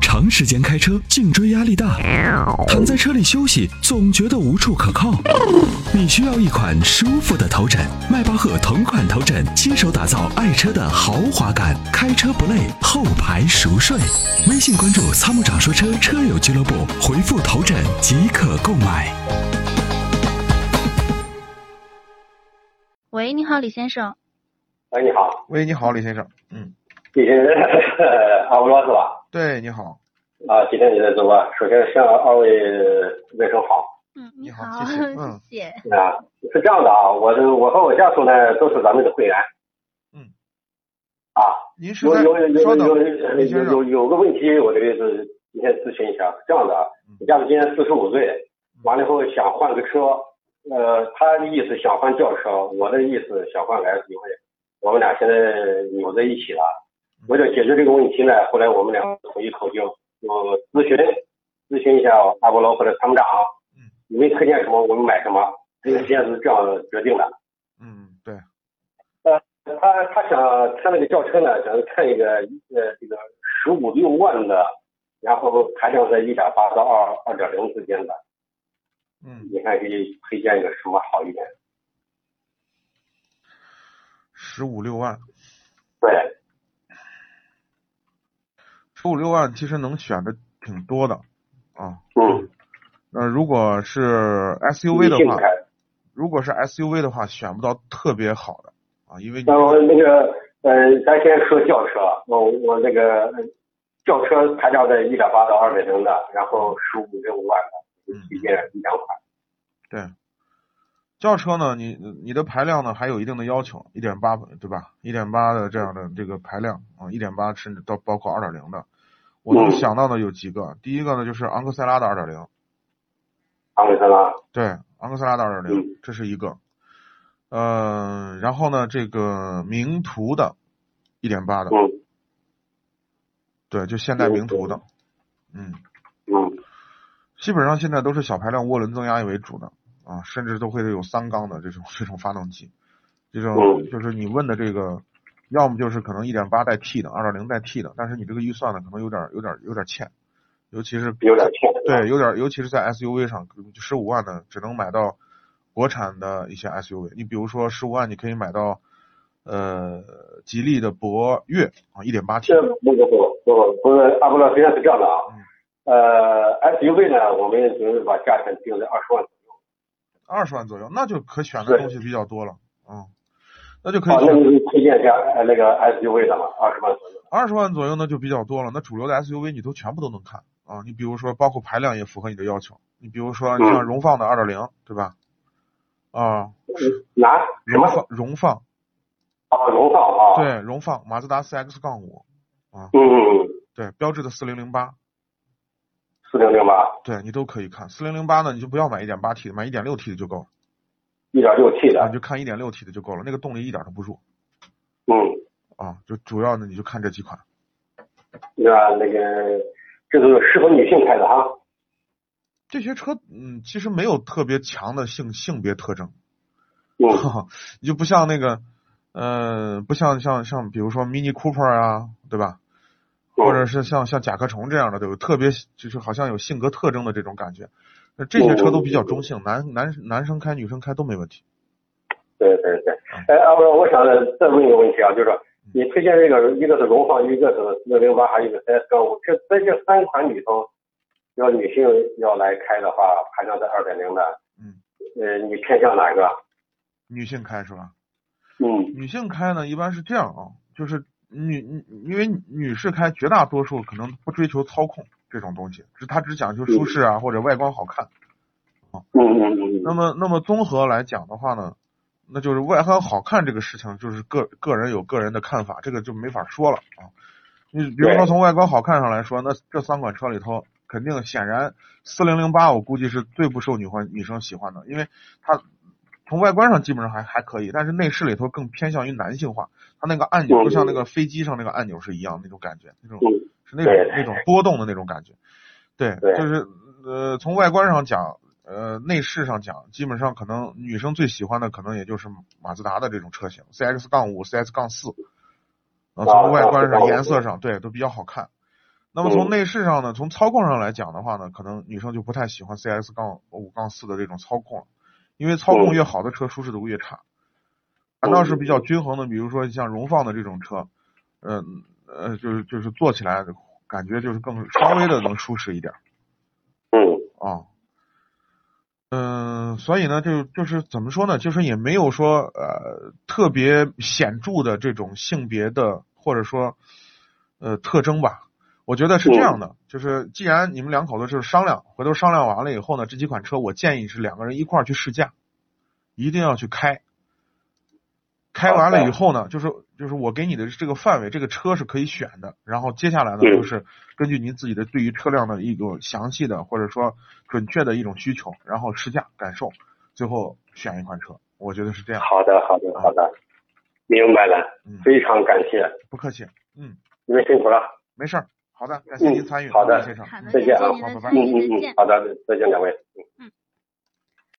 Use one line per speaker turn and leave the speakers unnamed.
长时间开车，颈椎压力大，躺在车里休息总觉得无处可靠。你需要一款舒服的头枕，迈巴赫同款头枕，亲手打造爱车的豪华感，开车不累，后排熟睡。微信关注“参谋长说车”车友俱乐部，回复“头枕”即可购买。
喂，你好，李先生。
喂，哎你好，
喂，你好，李先生。嗯，
今天 阿波罗是吧？
对，你好。
啊，今天你在直播，首先向二位问声好。
嗯，
你好
好，
谢谢 嗯
谢谢。
啊，是这样的啊，我的我和我家属呢都是咱们的会员。
嗯。
啊，
您是
有
在
有有
稍
有
等
有，
李先
有有
生。
有个问题，我这个是今天咨询一下，这样的啊，
嗯
我家属今年四十五岁，完了以后想换个车，呃，他的意思想换轿车，我的意思想换个 SUV，我们俩现在扭在一起了，
嗯
为了解决这个问题呢，后来我们俩统一口径，我咨询咨询一下阿波罗或者参谋长啊
嗯，
你们推荐什么我们买什么，这个实验是这样决定的。
嗯，对，
他他想他那个轿车呢，想看一个呃这个十五六万的，然后还想在一点八到二二点零之间的，
嗯，
你看给你推荐一个什么好一点？
十五六万，
对，
十五六万其实能选的挺多的啊。
嗯，
呃，如果是 SUV 的
你
话
看，，
如果是 SUV 的话，选不到特别好的啊，因为你
那我那个呃，咱先说轿车，我我那个呃轿车它要在一点八到二点零的，然后十五六万的，
嗯
就推荐一两款。
对轿车呢，你你的排量呢还有一定的要求，一点八对吧？一点八的这样的这个排量啊，一点八甚至到包括二点零的，我能
嗯
想到的有几个，第一个呢就是昂克赛拉的二点零。
昂克赛拉，
对，昂克赛拉的二点零，这是一个。呃，然后呢，这个名图的，一点八的，
嗯
对，就现代哦名图的，嗯，
嗯
基本上现在都是小排量涡轮增压为主的啊，甚至都会有三缸的这种这种发动机，这种
嗯
就是你问的这个，要么就是可能一点八代 T 的，二点零代 T 的，但是你这个预算呢，可能有点有点有点欠，尤其是
有点欠。
对，有点，尤其是在 SUV 上，十五万的只能买到国产的一些 SUV。你比如说十五万，你可以买到呃吉利的博越啊，一点八 T
这不不不不不是阿波罗，实际上是这样的啊
嗯，
呃，SUV 呢，我们就是把价钱定在二十万左右。
二十万左右，那就可选的
对
东西比较多了啊、嗯那就可
啊哦好，那
以
你推荐一下呃那个 SUV 的吧，二十万左右。
二十万左右那就比较多了。那主流的 SUV 你都全部都能看啊，你比如说包括排量也符合你的要求，你比如说你像
嗯
荣放的二点零，对吧？啊，
拿什
荣
么？
放荣放
啊，荣放啊。。
对荣放，马自达 CX 杠五，
嗯，
对标致的四零零八。
四零零八，
对你都可以看。四零零八呢，你就不要买一点八 T 的，买一点六 T 的就够啊
一点六 T
了，你
的。
就看一点六 T 的就够了，那个动力一点都不弱
嗯，
啊。就主要呢，你就看这几款。
那那个这个适合女性开的哈。
这些车，嗯，其实没有特别强的性性别特征，
嗯
哈哈， 你就不像那个，呃，不像像像比如说 Mini Cooper 啊，对吧？
嗯
或者是像像甲壳虫这样的，对吧？特别就是好像有性格特征的这种感觉。那这些车都比较中性，男男男生开、女生开都没问题。
对对对，
啊
哎，阿文，我想再问一个问题啊，就是
嗯
说你推荐这个，一个是荣放，一个是四零零八，还有一个 CS 杠五，这在这三款里头，要女性要来开的话，排量在二点零的，
嗯，
呃，你偏向哪个？
女性开是吧？
嗯
女性开呢，一般是这样啊，就是女女因为女士开绝大多数可能不追求操控这种东西，只她只讲究舒适啊或者外观好看。
嗯嗯嗯
那么那么综合来讲的话呢，那就是外观好看这个事情，就是个个人有个人的看法，这个就没法说了啊。你比如说
对
从外观好看上来说，那这三款车里头，肯定显然四零零八我估计是最不受女欢女生喜欢的，因为它从外观上基本上还还可以，但是内饰里头更偏向于男性化，它那个按钮
嗯
就像那个飞机上那个按钮是一样那种感觉，那种
嗯
是那种
对
那种波动的那种感觉。对，
对
就是呃，从外观上讲，呃，内饰上讲，基本上可能女生最喜欢的可能也就是马自达的这种车型，CX 杠五、CS 杠四，啊，
啊
从外
杠
观上、
四
颜色上，对，都比较好看。那么
嗯
从内饰上呢，从操控上来讲的话呢，可能女生就不太喜欢 CS 杠五杠四的这种操控了，因为操
嗯
控越好的车舒适度越差。反倒是比较均衡的，比如说像荣放的这种车，嗯呃就是就是坐起来感觉就是更稍微的能舒适一点
嗯
啊。嗯，所以呢，就就是怎么说呢，就是也没有说呃特别显著的这种性别的或者说呃特征吧。我觉得是这样的，就是既然你们两口子就是商量，回头商量完了以后呢，这几款车我建议是两个人一块儿去试驾，一定要去开。开完了以后呢，就是就是我给你的这个范围，这个车是可以选的。然后接下来呢，
嗯
就是根据您自己的对于车辆的一种详细的或者说准确的一种需求，然后试驾感受，最后选一款车。我觉得是这样，
好的，好的，好的，明白了
嗯，
非常感谢，
不客气，嗯，
你们辛苦了，
没事儿，好的，感谢您参与，
嗯好的
先生，
好的
嗯
再见啊
感谢您的
好拜拜
参与
嗯嗯
再见
嗯，好的，再见两位，